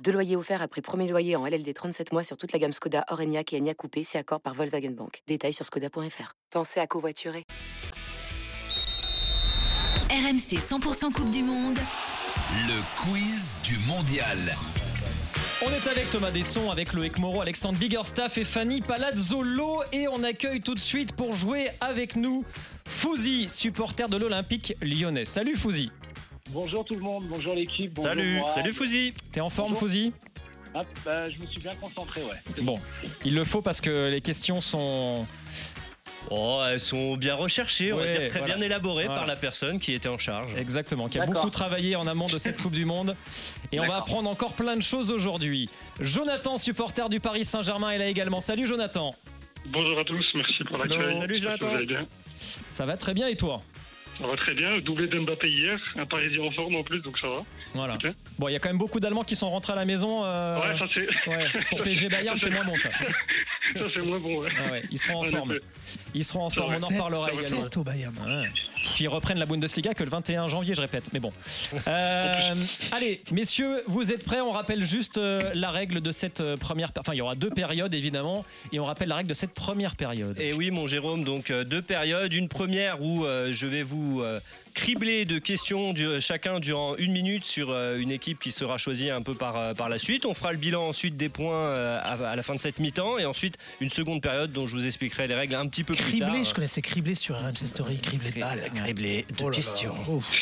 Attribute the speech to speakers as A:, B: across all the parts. A: Deux loyers offerts après premier loyer en LLD 37 mois sur toute la gamme Skoda, Orenia et Enya Coupé, si accord par Volkswagen Bank. Détails sur skoda.fr. Pensez à covoiturer.
B: RMC 100% Coupe du Monde.
C: Le quiz du mondial.
D: On est avec Thomas Desson, avec Loïc Moreau, Alexandre Biggerstaff et Fanny Palazzolo et on accueille tout de suite pour jouer avec nous Fouzi, supporter de l'Olympique lyonnais. Salut Fouzi.
E: Bonjour tout le monde, bonjour l'équipe. bonjour
D: Salut,
E: moi.
D: salut Fouzi. T'es en forme
E: Bonjour.
D: Fouzi
E: Ah, bah, je me suis bien concentré, ouais.
D: Bon, il le faut parce que les questions sont
F: Oh, elles sont bien recherchées, on va
D: Ouais,
F: dire très
D: voilà.
F: bien élaborées
D: Voilà.
F: par la personne qui était en charge.
D: exactement, qui a
E: D'accord.
D: beaucoup travaillé en amont de cette Coupe du Monde et on va
E: D'accord.
D: apprendre encore plein de choses aujourd'hui. Jonathan, supporter du Paris Saint-Germain, est là également. Salut Jonathan.
G: Bonjour à tous, merci pour l'accueil.
D: Hello. Salut,
G: J'espère que
D: Jonathan.
G: Vous allez bien.
D: Ça va très bien et toi
G: Ça va très bien, doublé d'Mbappé hier, un Parisien en forme en plus, donc ça va.
D: Voilà.
G: Ok.
D: Bon, il y a quand même beaucoup d'Allemands qui sont rentrés à la maison. euh,
G: Ouais, ça c'est
D: ouais. Pour PSG Bayern, c'est moins bon ça.
G: ça, c'est moins bon. Ouais.
D: Ah ouais, ils seront en
G: Ouais,
D: forme. Ils seront en forme, on en
G: Sept,
D: reparlera
G: ça va
D: également. Ouais. Puis ils reprennent la Bundesliga que le 21 janvier, je répète. Mais bon. Euh, allez, messieurs, vous êtes prêts On rappelle juste euh, la règle de cette euh, première. Enfin, il y aura deux périodes évidemment, et on rappelle la règle de cette première période.
F: Et oui, mon Jérôme, donc euh, deux périodes. Une première où euh, je vais vous euh, cribler de questions du- euh, chacun durant une minute sur euh, une équipe qui sera choisie un peu par, euh, par la suite. On fera le bilan ensuite des points euh, à, à la fin de cette mi-temps. Et ensuite, une seconde période dont je vous expliquerai les règles un petit peu plus tard.
H: Criblé, je connaissais criblé sur RMC Story, criblé de balles.
F: Criblé de
H: Oh là là,
F: questions.
H: ouf.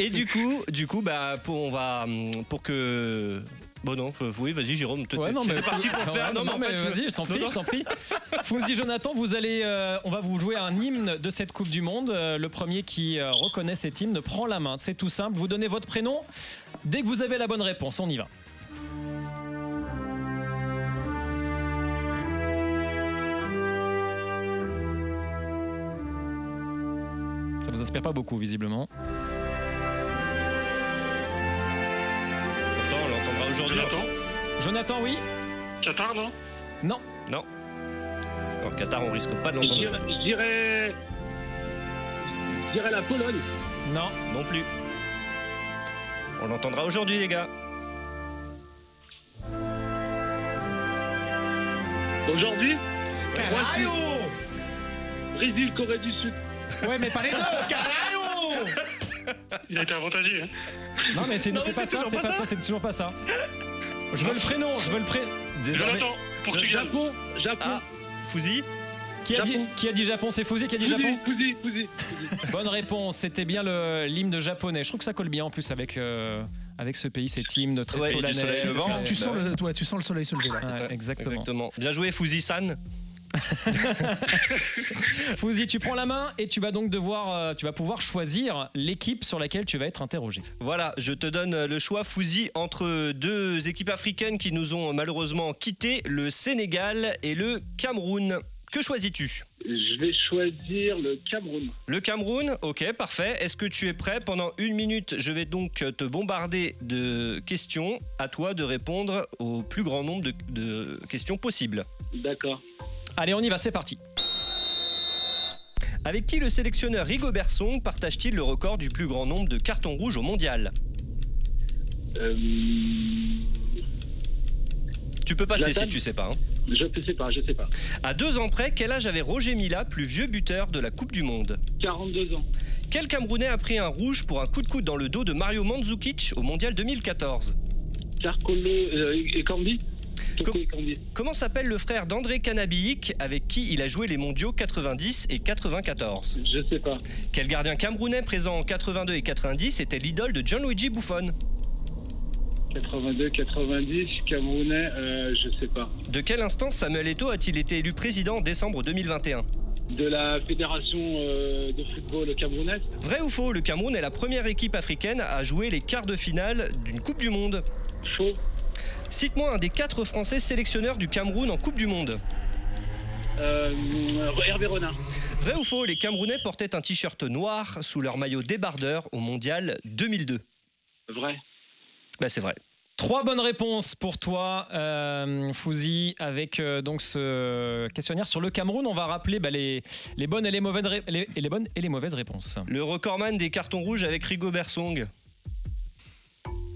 F: Et du coup, du coup, bah, pour, on va hum, pour que. Bon non, euh, oui, vas-y Jérôme. te-
D: Ouais, non, mais,
F: t'es parti pour
D: Ouais,
F: faire.
D: non,
F: en
D: mais
F: fait, je-
D: vas-y, je t'en prie,
F: non, non.
D: je t'en prie. Fouzi Jonathan, vous allez, euh, on va vous jouer un hymne de cette Coupe du Monde. Euh, le premier qui euh, reconnaît cet hymne prend la main. C'est tout simple. Vous donnez votre prénom dès que vous avez la bonne réponse. On y va. Ça vous inspire pas beaucoup, visiblement.
F: Pourtant, on l'entendra aujourd'hui.
G: Jonathan, hein
D: Jonathan, oui
G: Qatar, non
D: Non.
F: En Qatar, on risque pas de
E: Je
F: l'entendre
E: dirais- je dirais. Je dirais la Pologne.
D: Non.
F: non plus. On l'entendra aujourd'hui, les gars.
E: Aujourd'hui,
H: Carajo
E: Brésil, Corée du Sud.
H: Ouais, mais pas les deux, carajo
G: Il a été avantagé. Hein.
D: Non, mais c'est
F: Non,
D: c'est
F: mais
D: pas ça,
F: c'est toujours
D: c'est
F: pas
D: pas
F: ça.
D: ça, c'est toujours pas ça. Je veux le prénom, je veux le prénom.
G: Jonathan, Portugal.
E: Euh, Japon, Japon.
F: Ah, Fouzi.
D: Qui a, dit,
E: Japon.
D: qui a dit Japon C'est Fouzi qui a dit Japon
E: Fouzi, Fouzi.
D: Bonne réponse, c'était bien le- l'hymne japonais. Je trouve que ça colle bien en plus avec, euh, avec ce pays, cet hymne très
F: Ouais, et du
D: solennel.
F: soleil levant.
D: Ouais,
H: tu, sens le, ouais, tu sens le soleil se lever là.
D: ouais, exactement.
F: Bien joué, Fouzi-san.
D: Fouzi, tu prends la main et tu vas donc devoir, euh, tu vas pouvoir choisir l'équipe sur laquelle tu vas être interrogé.
F: Voilà, je te donne le choix, Fouzi, entre deux équipes africaines qui nous ont malheureusement quitté, le Sénégal et le Cameroun. Que choisis-tu
E: Je vais choisir le Cameroun.
F: Le Cameroun, ok, parfait. Est-ce que tu es prêt Pendant une minute, je vais donc te bombarder de questions. À toi de répondre au plus grand nombre de, de questions possibles.
E: D'accord.
D: Allez, on y va, c'est parti.
F: Avec qui le sélectionneur Rigobert Song partage-t-il le record du plus grand nombre de cartons rouges au mondial
E: Euh,
F: Tu peux passer
E: Zlatan
F: si tu sais pas. hein.
E: je sais pas, je sais pas.
F: À deux ans près, quel âge avait Roger Mila, plus vieux buteur de la Coupe du Monde
E: 42 ans.
F: Quel Camerounais a pris un rouge pour un coup de coude dans le dos de Mario Mandzukic au mondial 2014
E: Carcolo euh, et Cambi Toko et Cambi.
F: Comment s'appelle le frère d'André Kanabilik avec qui il a joué les mondiaux 90 et 94
E: Je sais pas.
F: Quel gardien camerounais présent en 82 et 90 était l'idole de Gianluigi Buffon
E: 82, 90, Camerounais, euh, je sais pas.
F: De quelle instance Samuel Eto'o a-t-il été élu président en décembre 2021
E: De la Fédération euh, de football camerounaise
F: Vrai ou faux, le Cameroun est la première équipe africaine à jouer les quarts de finale d'une Coupe du Monde.
E: Faux.
F: Cite-moi un des quatre Français sélectionneurs du Cameroun en Coupe du Monde.
E: euh, Hervé Renard.
F: Vrai ou faux, les Camerounais portaient un t-shirt noir sous leur maillot débardeur au mondial 2002
E: Vrai.
F: Bah, c'est vrai.
D: Trois bonnes réponses pour toi, euh, Fouzi, avec euh, donc ce questionnaire sur le Cameroun. On va rappeler bah, les, les bonnes et les, mauvaises ré- les- et les bonnes et les mauvaises réponses.
F: Le recordman des cartons rouges avec Rigobert Song.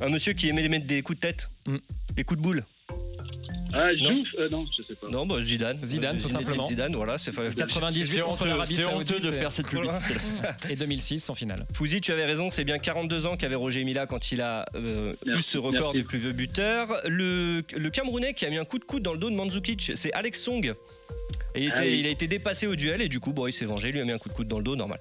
F: Un monsieur qui aimait mettre des coups de tête,
D: Mm.
F: des coups de boule.
E: Ah,
F: Non.
E: Jouf euh, Non, je sais pas.
F: Non, bah, Zidane.
D: Zidane, tout simplement.
F: Zidane, voilà, c'est fa-
D: 98 contre l'Arabie
I: c'est
D: Saoudite
I: honteux de faire cette publicité.
D: et 2006 en finale.
F: Fouzi, tu avais raison, c'est bien 42 ans qu'avait Roger Mila quand il a euh, eu
E: Merci,
F: ce record
E: merci.
F: du plus vieux buteur. Le, le Camerounais qui a mis un coup de coude dans le dos de Mandzukic, c'est Alex Song. Et il,
E: Ah
F: était-
E: oui.
F: il a été dépassé au duel et du coup, bon, il s'est vengé, il lui a mis un coup de coude dans le dos, normal.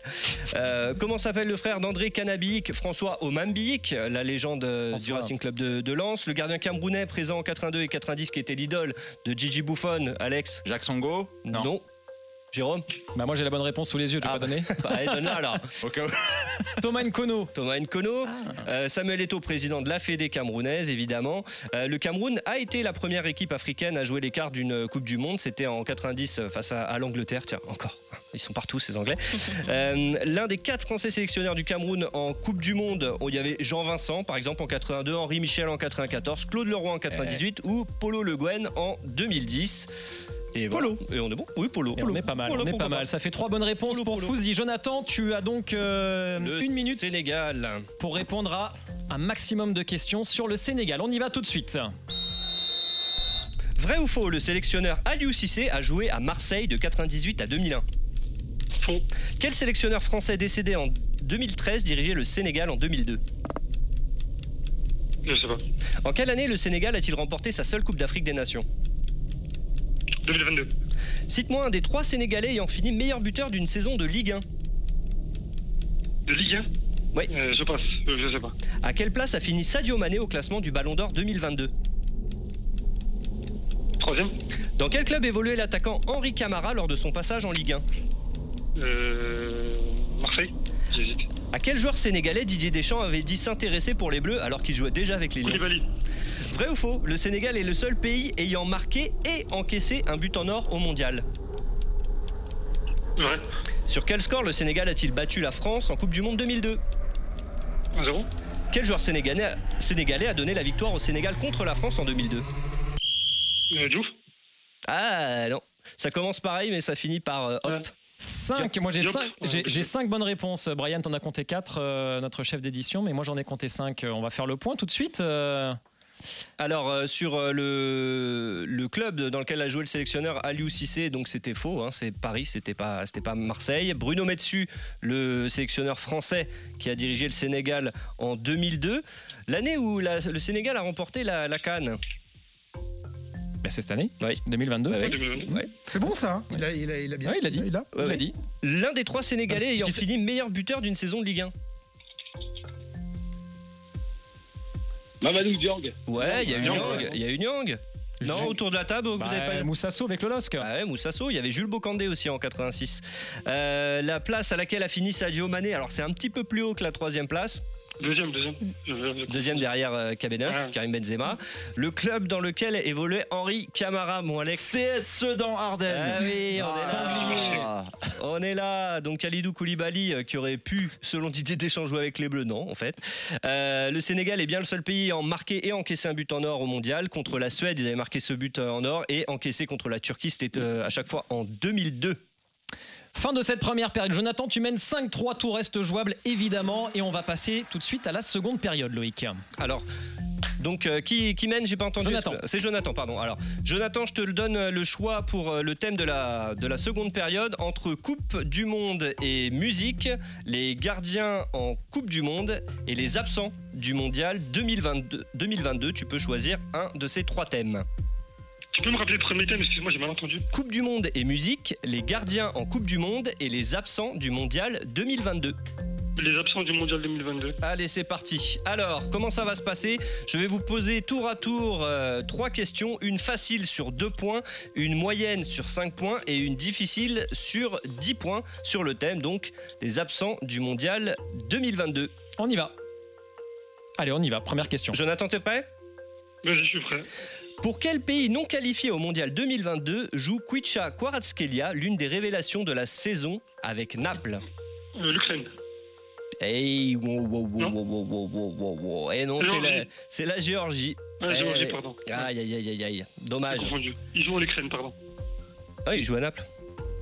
F: Euh, comment s'appelle le frère d'André Canabic, François Omambic, la légende euh, du
D: François.
F: Racing Club de, de Lens, le gardien camerounais présent en 82 et 90 qui était l'idole de Gigi Buffon, Alex
I: Jacques Songo
F: Non. Jérôme
D: Bah, moi j'ai la bonne réponse sous les yeux, je vais
F: Ah
D: pas donner.
F: Bah, allez, donne-la alors.
I: Au cas où.
D: Thomas Nkono.
F: Thomas Nkono,
D: Ah.
F: euh, Samuel Eto'o, président de la Fédé camerounaise, évidemment. Euh, le Cameroun a été la première équipe africaine à jouer les quarts d'une euh, Coupe du Monde. C'était en 90 euh, face à, à l'Angleterre. Tiens, encore, ils sont partout ces Anglais. Euh, L'un des quatre Français sélectionneurs du Cameroun en Coupe du Monde, oh, il y avait Jean Vincent, par exemple, en 82, Henri Michel en 94, Claude Leroy
D: Eh.
F: en 98 ou Polo Le Guen en 2010. Et voilà. Et on est bon Oui, Polo.
D: Et
F: Polo.
D: on est pas mal,
F: Polo,
D: on est
F: pourquoi
D: pas mal. Ça fait trois bonnes réponses
F: Polo,
D: pour
F: polo.
D: Fouzi. Jonathan, tu as donc euh,
F: Le
D: une minute
F: Sénégal.
D: pour répondre à un maximum de questions sur le Sénégal. On y va tout de suite.
F: Vrai ou faux, le sélectionneur Aliou Cissé a joué à Marseille de 98 à 2001.
E: Faux.
F: Quel sélectionneur français décédé en 2013 dirigeait le Sénégal en 2002
G: Je sais pas.
F: En quelle année le Sénégal a-t-il remporté sa seule Coupe d'Afrique des Nations
G: 2022.
F: Cite-moi un des trois Sénégalais ayant fini meilleur buteur d'une saison de Ligue 1.
G: De Ligue 1
F: Oui.
G: Euh, je passe. Euh, je sais pas.
F: À quelle place a fini Sadio Mané au classement du Ballon d'Or 2022
G: Troisième
F: Dans quel club évoluait l'attaquant Henri Camara lors de son passage en Ligue 1
G: Euh, Marseille J'hésite.
F: À quel joueur sénégalais Didier Deschamps avait dit s'intéresser pour les Bleus alors qu'il jouait déjà avec les Lions
G: Koulibaly.
F: Vrai ou faux, le Sénégal est le seul pays ayant marqué et encaissé un but en or au mondial.
G: Vrai.
F: Sur quel score le Sénégal a-t-il battu la France en Coupe du Monde 2002
G: Un zéro
F: Quel joueur sénégalais, sénégalais a donné la victoire au Sénégal contre la France en 2002
G: Euh, Diouf
F: Ah non, ça commence pareil mais ça finit par euh, hop.
G: Ouais.
D: 5, moi j'ai
G: Yop.
D: 5, j'ai j'ai cinq bonnes réponses. Brian, t'en as compté 4, notre chef d'édition, mais moi j'en ai compté 5. On va faire le point tout de suite. euh,
F: Alors euh, sur euh, le, le club dans lequel a joué le sélectionneur Aliou Cissé, donc c'était faux, hein, c'est Paris, c'était pas c'était pas Marseille. Bruno Metsu, le sélectionneur français qui a dirigé le Sénégal en 2002, l'année où la- le Sénégal a remporté la, la Cannes.
D: bah, c'est cette année,
F: Oui.
D: 2022.
F: Ouais, ouais.
G: 2022.
H: C'est bon ça. hein il, a, il, a, il a bien.
D: Ouais, il a dit.
H: Il a.
D: On l'a
F: Ouais, ouais.
D: dit.
F: L'un des trois Sénégalais
D: Bah,
F: ayant
D: c'est-
F: fini meilleur buteur d'une saison de Ligue 1.
E: Mamadou Diorg.
F: Ouais, il y a une
G: Yang,
F: Yang,
G: ouais.
F: il y a une Yang. Non,
D: Jules-
F: autour de la table, vous
D: Bah,
F: avez pas
D: Moussasso avec le LOSC.
F: Ah ouais, Moussasso, il y avait Jules Bocandé aussi en 86. Euh, la place à laquelle a fini Sadio Mané, alors c'est un petit peu plus haut que la troisième place,
G: Deuxième, deuxième.
I: Mm.
G: Euh,
F: deuxième derrière euh, KB9,
G: Ouais.
F: Karim Benzema. Le club dans lequel évoluait Henri Camara, mon Alex.
I: CS Sedan
F: Ah
I: Ardennes.
F: oui, on est là.
I: Ah.
F: On est là. Donc Khalidou Koulibaly euh, qui aurait pu, selon Didier Deschamps, jouer avec les Bleus, non en fait. Euh, le Sénégal est bien le seul pays à en marquer et encaisser un but en or au Mondial. Contre la Suède, ils avaient marqué ce but euh, en or et encaissé contre la Turquie, c'était euh, à chaque fois en 2002.
D: Fin de cette première période. Jonathan, tu mènes 5-3, tout reste jouable évidemment. Et on va passer tout de suite à la seconde période, Loïc.
F: Alors. Donc euh, qui, qui mène J'ai pas entendu.
D: Jonathan.
F: C'est Jonathan, pardon. Alors Jonathan, je te le donne euh, le choix pour euh, le thème de la, de la seconde période entre Coupe du Monde et musique, les gardiens en Coupe du Monde et les absents du Mondial 2022. 2022 tu peux choisir un de ces trois thèmes.
G: Tu peux me rappeler le premier thème Excuse-moi, j'ai mal entendu.
F: Coupe du Monde et musique, les gardiens en Coupe du Monde et les absents du Mondial 2022.
G: Les absents du mondial 2022.
F: Allez, c'est parti. Alors, comment ça va se passer Je vais vous poser tour à tour euh, trois questions, une facile sur deux points, une moyenne sur 5 points et une difficile sur 10 points sur le thème donc des absents du mondial 2022.
D: On y va. Allez, on y va. Première question.
F: Jonathan, t'es prêt
G: Vas-y, je suis prêt.
F: Pour quel pays non qualifié au mondial 2022 joue Kwicha Kwaradzkelia, l'une des révélations de la saison avec Naples
G: Euh, L'Ukraine.
F: Hey, wow, wow, wow,
G: Non.
F: wow, wow, wow, wow, wow, wow. Eh non, c'est la,
G: Géorgie.
F: c'est la Géorgie.
G: Ah,
F: Eh,
G: Géorgie,
F: eh.
G: pardon.
F: Aïe, aïe, aïe, aïe, aïe.
G: J'ai
F: Dommage.
G: confondu. Ils jouent en Ukraine, pardon.
F: Ah, il joue à Naples.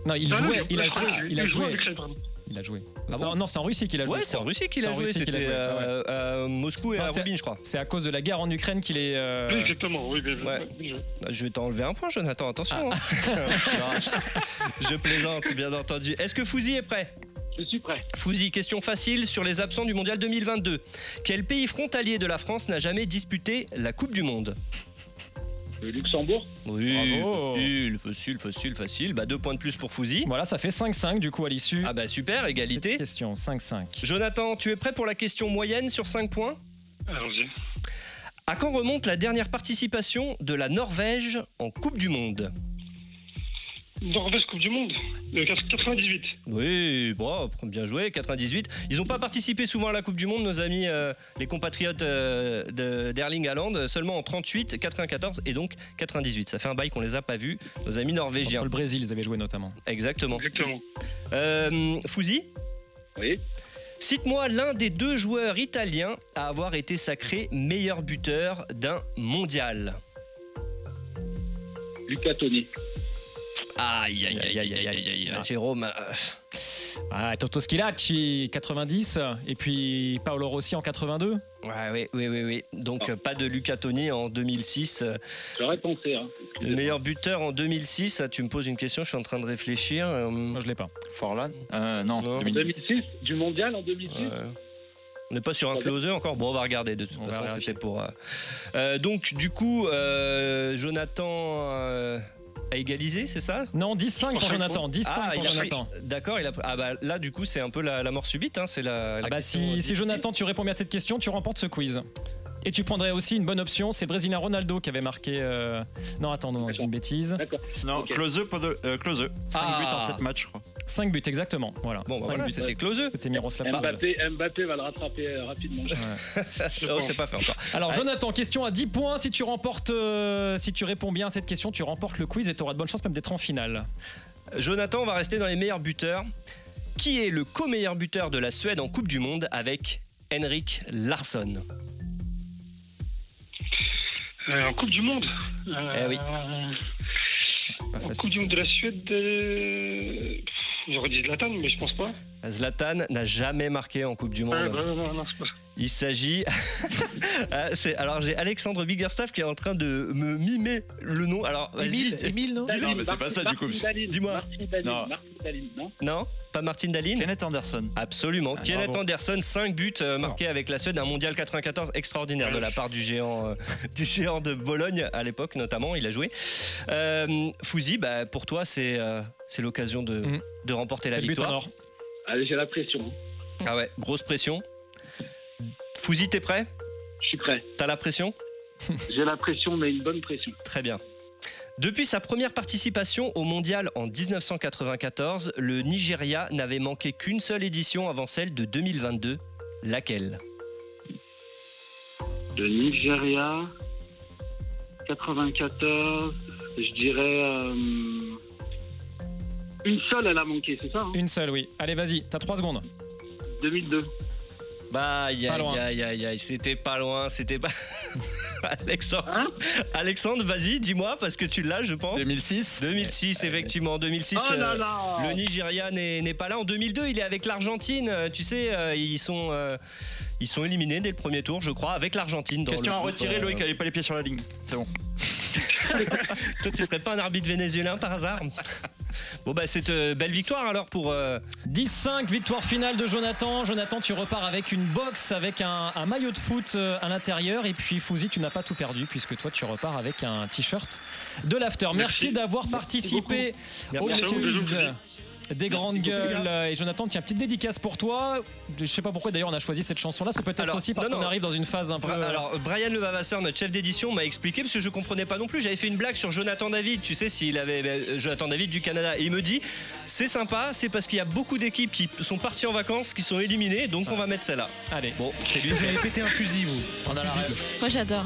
D: Non, il
G: Ah, non,
D: jouait, il a
G: je crois
D: joué,
G: que
D: il a
G: ils jouent en
D: joué,
G: Ukraine, pardon.
D: il a joué.
F: Ah bon
D: Non, Non, c'est en Russie qu'il a joué.
F: Ouais,
D: je
F: c'est en
D: crois.
F: Russie qu'il a
D: C'est en
F: joué.
D: Russie qu'il a
F: C'était
D: joué,
F: euh, à Moscou et
D: Non,
F: à
D: c'est-
F: Rubin, je crois.
D: C'est à cause de la guerre en Ukraine qu'il est. euh,
G: Oui, exactement, oui, bien,
F: Ouais.
G: bien, bien joué.
F: Je vais t'enlever un point, Jonathan. Attention.
D: Ah.
F: hein. Non, je, je plaisante, bien entendu. Est-ce que Fouzi est prêt
E: Je suis prêt.
F: Fouzi, question facile sur les absents du mondial 2022. Quel pays frontalier de la France n'a jamais disputé la Coupe du Monde
E: Le Euh, Luxembourg
F: Oui,
D: Bravo.
F: facile, facile, facile, facile. Bah, deux points de plus pour Fouzi.
D: Voilà, ça fait 5-5 du coup à l'issue.
F: Ah bah super, égalité.
D: Question 5-5.
F: Jonathan, tu es prêt pour la question moyenne sur 5 points
G: Allons-y.
F: À quand remonte la dernière participation de la Norvège en Coupe du Monde
G: Norvège Coupe du Monde, le 98.
F: Oui, bon, bien joué, 98. Ils n'ont pas participé souvent à la Coupe du Monde, nos amis, euh, les compatriotes euh, de- d'Erling Haaland, seulement en 38, 94 et donc 98. Ça fait un bail qu'on les a pas vus, nos amis
D: Contre
F: norvégiens.
D: le Brésil, ils avaient joué notamment.
F: Exactement.
G: Exactement.
F: Euh, Fouzi
E: Oui.
F: Cite-moi l'un des deux joueurs italiens à avoir été sacré meilleur buteur d'un mondial.
E: Lucas Tony.
F: Aïe, aïe, aïe, aïe, aïe, aïe, aïe, aïe. Jérôme. euh,
D: Ah, Toto Schilacci, 90, et puis Paolo Rossi en 82.
F: Ouais, oui, oui, oui, oui. Donc, euh, pas de Luca Toni en 2006. euh,
E: J'aurais pensé. Hein.
F: Le meilleur buteur en 2006, ah, tu me poses une question, je suis en train de réfléchir. euh,
D: Moi, je l'ai pas.
I: Forlan Euh, Non,
F: Non.
I: 2010.
E: 2006 Du mondial en 2006
F: ouais. On n'est pas sur un closer encore Bon, on va regarder de toute
D: On va
F: façon,
D: regarder.
F: c'était pour. euh, euh, donc, du coup, euh, Jonathan euh, a égalisé, c'est ça
D: Non, 10-5 pour Jonathan. 10-5 pour
F: Ah, il a pris-
D: Jonathan.
F: D'accord, il a. Ah, bah là, du coup, c'est un peu la, la mort subite, hein, c'est la. la
D: Ah bah
F: question
D: si, si
F: difficile.
D: Jonathan, tu réponds bien à cette question, tu remportes ce quiz. Et tu prendrais aussi une bonne option, c'est le Brésilien Ronaldo qui avait marqué. euh, Non, attends, non, j'ai une bêtise.
I: Non,
E: Ok.
I: Klose, pas de- euh, Klose. 5
F: Ah.
I: buts en 7 matchs, je crois.
D: 5 buts, exactement. Voilà.
F: Bon, bah
D: Cinq
F: voilà,
D: buts.
F: c'était closeux.
D: C'était Miroslav Klose.
E: Mbappé, Mbappé va le rattraper euh, rapidement.
F: Non, c'est pas fait encore.
D: Alors Jonathan, question à 10 points. Si tu remportes, euh, si tu réponds bien à cette question, tu remportes le quiz et tu auras de bonnes chances même d'être en finale.
F: Jonathan, on va rester dans les meilleurs buteurs. Qui est le co-meilleur buteur de la Suède en Coupe du Monde avec Henrik Larsson
G: Euh, en Coupe du Monde euh,
F: Eh oui.
D: Pas
G: En
D: facile,
G: Coupe du
D: ça.
G: Monde de la Suède, euh, pff, j'aurais dit Zlatan, mais je pense pas.
F: Zlatan n'a jamais marqué en Coupe du
G: Ah,
F: Monde.
G: bah, non, non, non, c'est pas ça.
F: Il s'agit. Ah, c'est- Alors j'ai Alexandre Biggerstaff qui est en train de me mimer le nom. Alors vas-y.
H: Émile, Émile, non
I: Non, mais c'est pas ça, du coup.
F: Dis-moi.
E: Martin Daline,
I: Non.
E: Martin Daline, non
F: Non, pas Martin Dalin.
I: Kenneth Anderson.
F: Absolument.
I: Ah,
F: Kenneth
I: bravo.
F: Anderson, 5 buts euh, marqués avec la Suède, un mondial 94 extraordinaire de la part du géant, euh, du géant de Bologne à l'époque, notamment. Il a joué. Euh, Fouzi, bah, pour toi, c'est euh, c'est l'occasion de,
D: Mhm.
F: de remporter la
D: C'est le but en
F: victoire.
D: or.
E: Allez, j'ai la pression. hein.
F: Ah ouais, grosse pression. Fouzi, t'es prêt
E: Je suis prêt.
F: T'as la pression
E: J'ai la pression, mais une bonne pression.
F: Très bien. Depuis sa première participation au mondial en 1994, le Nigeria n'avait manqué qu'une seule édition avant celle de 2022. Laquelle
E: Le Nigeria, 94, je dirais. euh, une seule, elle a manqué, c'est ça hein
D: Une seule, oui. Allez, vas-y, t'as 3 secondes.
E: 2002.
F: Bah, aïe,
D: Pas loin.
F: aïe, aïe, aïe, aïe, c'était pas loin, c'était pas. Alexandre,
E: Hein
F: Alexandre vas-y, dis-moi, parce que tu l'as, je pense.
I: 2006.
F: 2006, effectivement, 2006.
E: oh là
F: euh,
E: là
F: Le Nigeria n'est n'est pas là. En 2002, il est avec l'Argentine. euh, Tu sais, euh, ils sont, euh, ils sont éliminés dès le premier tour, je crois, avec l'Argentine. dans
I: Question
F: le
I: à
F: groupe,
I: retirer,
F: euh,
I: Loïc avait pas les pieds sur la ligne. C'est bon.
F: Toi, tu serais pas un arbitre vénézuélien par hasard Bon, bah, c'est euh, belle victoire alors pour. euh,
D: 10-5, victoire finale de Jonathan. Jonathan, tu repars avec une box, avec un, un maillot de foot euh, à l'intérieur. Et puis, Fouzi, tu n'as pas tout perdu, puisque toi, tu repars avec un t-shirt de l'after. Merci,
G: Merci.
D: d'avoir participé au
G: Merci à vous,
D: quiz
G: bisous,
D: des grandes
E: beaucoup, les
D: gueules. Et Jonathan, tiens, petite dédicace pour toi. Je sais pas pourquoi d'ailleurs on a choisi cette chanson-là. C'est peut-être
F: Alors,
D: aussi parce
F: non,
D: qu'on
F: non.
D: arrive dans une phase un peu.
F: Bra-
D: euh,
F: Alors, Brian Levavasseur, notre chef d'édition, m'a expliqué parce que je comprenais pas non plus. J'avais fait une blague sur Jonathan David, tu sais, s'il avait euh, Jonathan David du Canada. Et il me dit c'est sympa, c'est parce qu'il y a beaucoup d'équipes qui sont parties en vacances, qui sont éliminées, donc on va mettre celle-là.
D: Allez,
F: Bon, c'est lui.
H: pété un fusil, vous.
D: on a la rêve.
B: Moi j'adore.